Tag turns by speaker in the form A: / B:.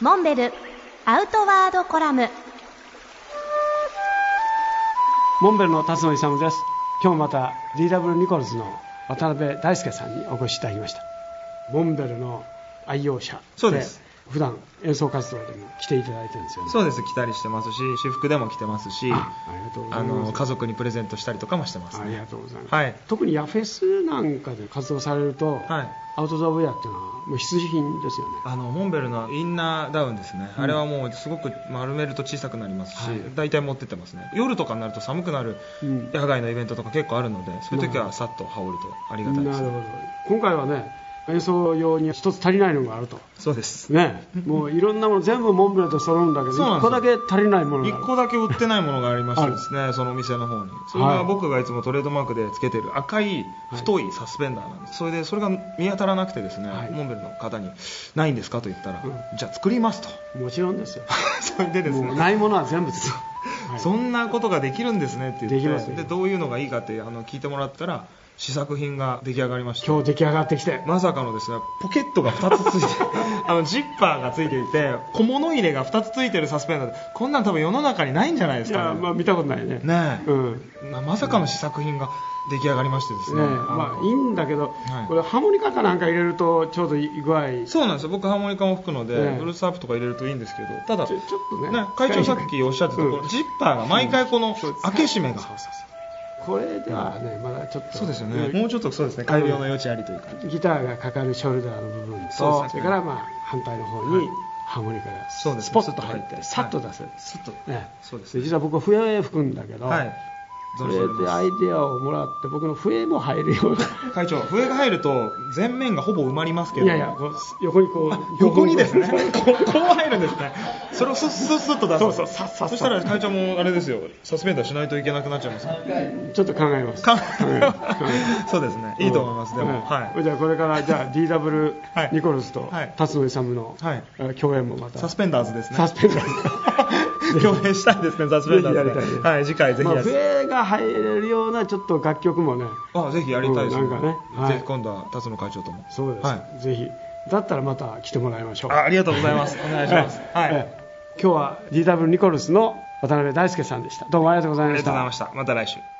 A: モンベルアウトワードコラム
B: モンベルの辰野勇です今日また DW ニコルズの渡辺大輔さんにお越しいただきましたモンベルの愛用者
C: そうです
B: 普段演奏活動でも来ていただいてるんですよね
C: そうです着たりしてますし私服でも着てますし
B: あありがとうござい
C: あ
B: ます
C: の家族にプレゼントしたりとかもしてます
B: ありが
C: ね
B: とうございます、
C: はい
B: 特にヤフェスなんかで活動されると、
C: はい
B: アウトドアウェアっていうのはもう必需品ですよね
C: あのモンベルのインナーダウンですね、
B: うん
C: あれはもうすごく丸めると小さくなりますし、
B: はい
C: 大体持ってってますね夜とかになると寒くなる
B: うん
C: 野外のイベントとか結構あるのでそういう時はさっと羽織るとありがたいで
B: な
C: す、
B: るほど今回はね演奏用に一つ足りないのがあると
C: そうです
B: ねもういろんなもの全部モンブランと揃うんだけど
C: そうなん
B: 一
C: です
B: 個
C: よ
B: だけ足りないものがある
C: 1個だけ売ってないものがありまし
B: あ
C: て
B: る
C: ですねそのお店の方にそれが僕がいつもトレードマークでつけてる赤い
B: はい
C: 太いサスペンダーなんです、それでそれが見当たらなくてですね、
B: はい
C: モンベルの方に「ないんですか?」と言ったら「
B: うん
C: じゃあ作ります」と
B: もちろんですよ
C: それでです
B: もう
C: ね
B: ないものは全部です、はい
C: そんなことができるんですねって言って
B: できますよ
C: でどういうのがいいかってあの聞いてもらったら試作品が出来上がりました
B: 今日出来上がってきて
C: まさかのですねポケットが2つついて あのジッパーがついていて小物入れが2つついてるサスペンダーでこんなん多分世の中にないんじゃないで
B: い
C: すか
B: や
C: ね
B: まあ見たことないね
C: ねえ
B: うんね
C: まあまさかの試作品が出来上がりましてですねあの
B: まあいいんだけど、
C: はい
B: これハーモニカかなんか入れるとちょうどいい具合ち
C: そうなんですよ僕ハーモニカも吹くので、
B: ええ
C: ブルースハープとか入れるといいんですけどただ
B: ょちょっとね
C: ね、会長さっきおっしゃってた、
B: うん
C: このジッパーが毎回この開け閉めが、
B: これではねまだちょっと
C: そうですよね、
B: ん
C: もうちょっとそうですね改良の余地ありというか、
B: ギターがかかるショルダーの部分
C: そう
B: とそ,、
C: ですね
B: れからまあ反対の方
C: は
B: に
C: い
B: ハーモニカが
C: そうです
B: ス
C: ね
B: ポッと入って
C: はい
B: さっと出せる、
C: すっと
B: ね
C: そうです
B: で
C: ね
B: 実は僕は笛吹くんだけど、
C: はい
B: それでアイデアをもらって僕の笛も入るような
C: 会長笛が入ると前面がほぼ埋まりますけど
B: いやいやこう横にこう
C: 横にですね、
B: 横
C: こ
B: にこ
C: うこう入るんですね、それをスッスッスッと出す、
B: そうそうさっさっさ
C: そしたら会長もあれですよ、サスペンダーしないといけなくなっちゃいますね、
B: うちょっと考えます
C: か
B: うんうん
C: そうですね、いいと思います、で
B: う
C: も、
B: ん
C: はい、
B: じゃあこれからじゃあ DW
C: はい
B: ニコルズと
C: はい
B: 辰野勇の
C: はい
B: えー共演もまた
C: サスペンダーズですね、
B: サスペンダー ズ
C: 共演したいですね、サスペン
B: ぜ
C: ダ
B: ひやりたい
C: ー
B: で
C: ズ
B: す
C: ね、はい、次回ぜひ
B: ま
C: や
B: あ
C: りたいです
B: 笛が入れるようなちょっと楽曲もね
C: あぜひやりたいですね,、
B: うんなんかねはい
C: ぜひ今度は辰野会長とも
B: そうです、
C: はい
B: ぜひだったらまた来てもらいましょう
C: あありがとうございますお願いしますはい、
B: ええ今日は DW ニコルスの渡辺大輔さんでしたどうもありがとうござい
C: あ
B: ま
C: りが
B: し
C: とうござい
B: た
C: ましたまた来週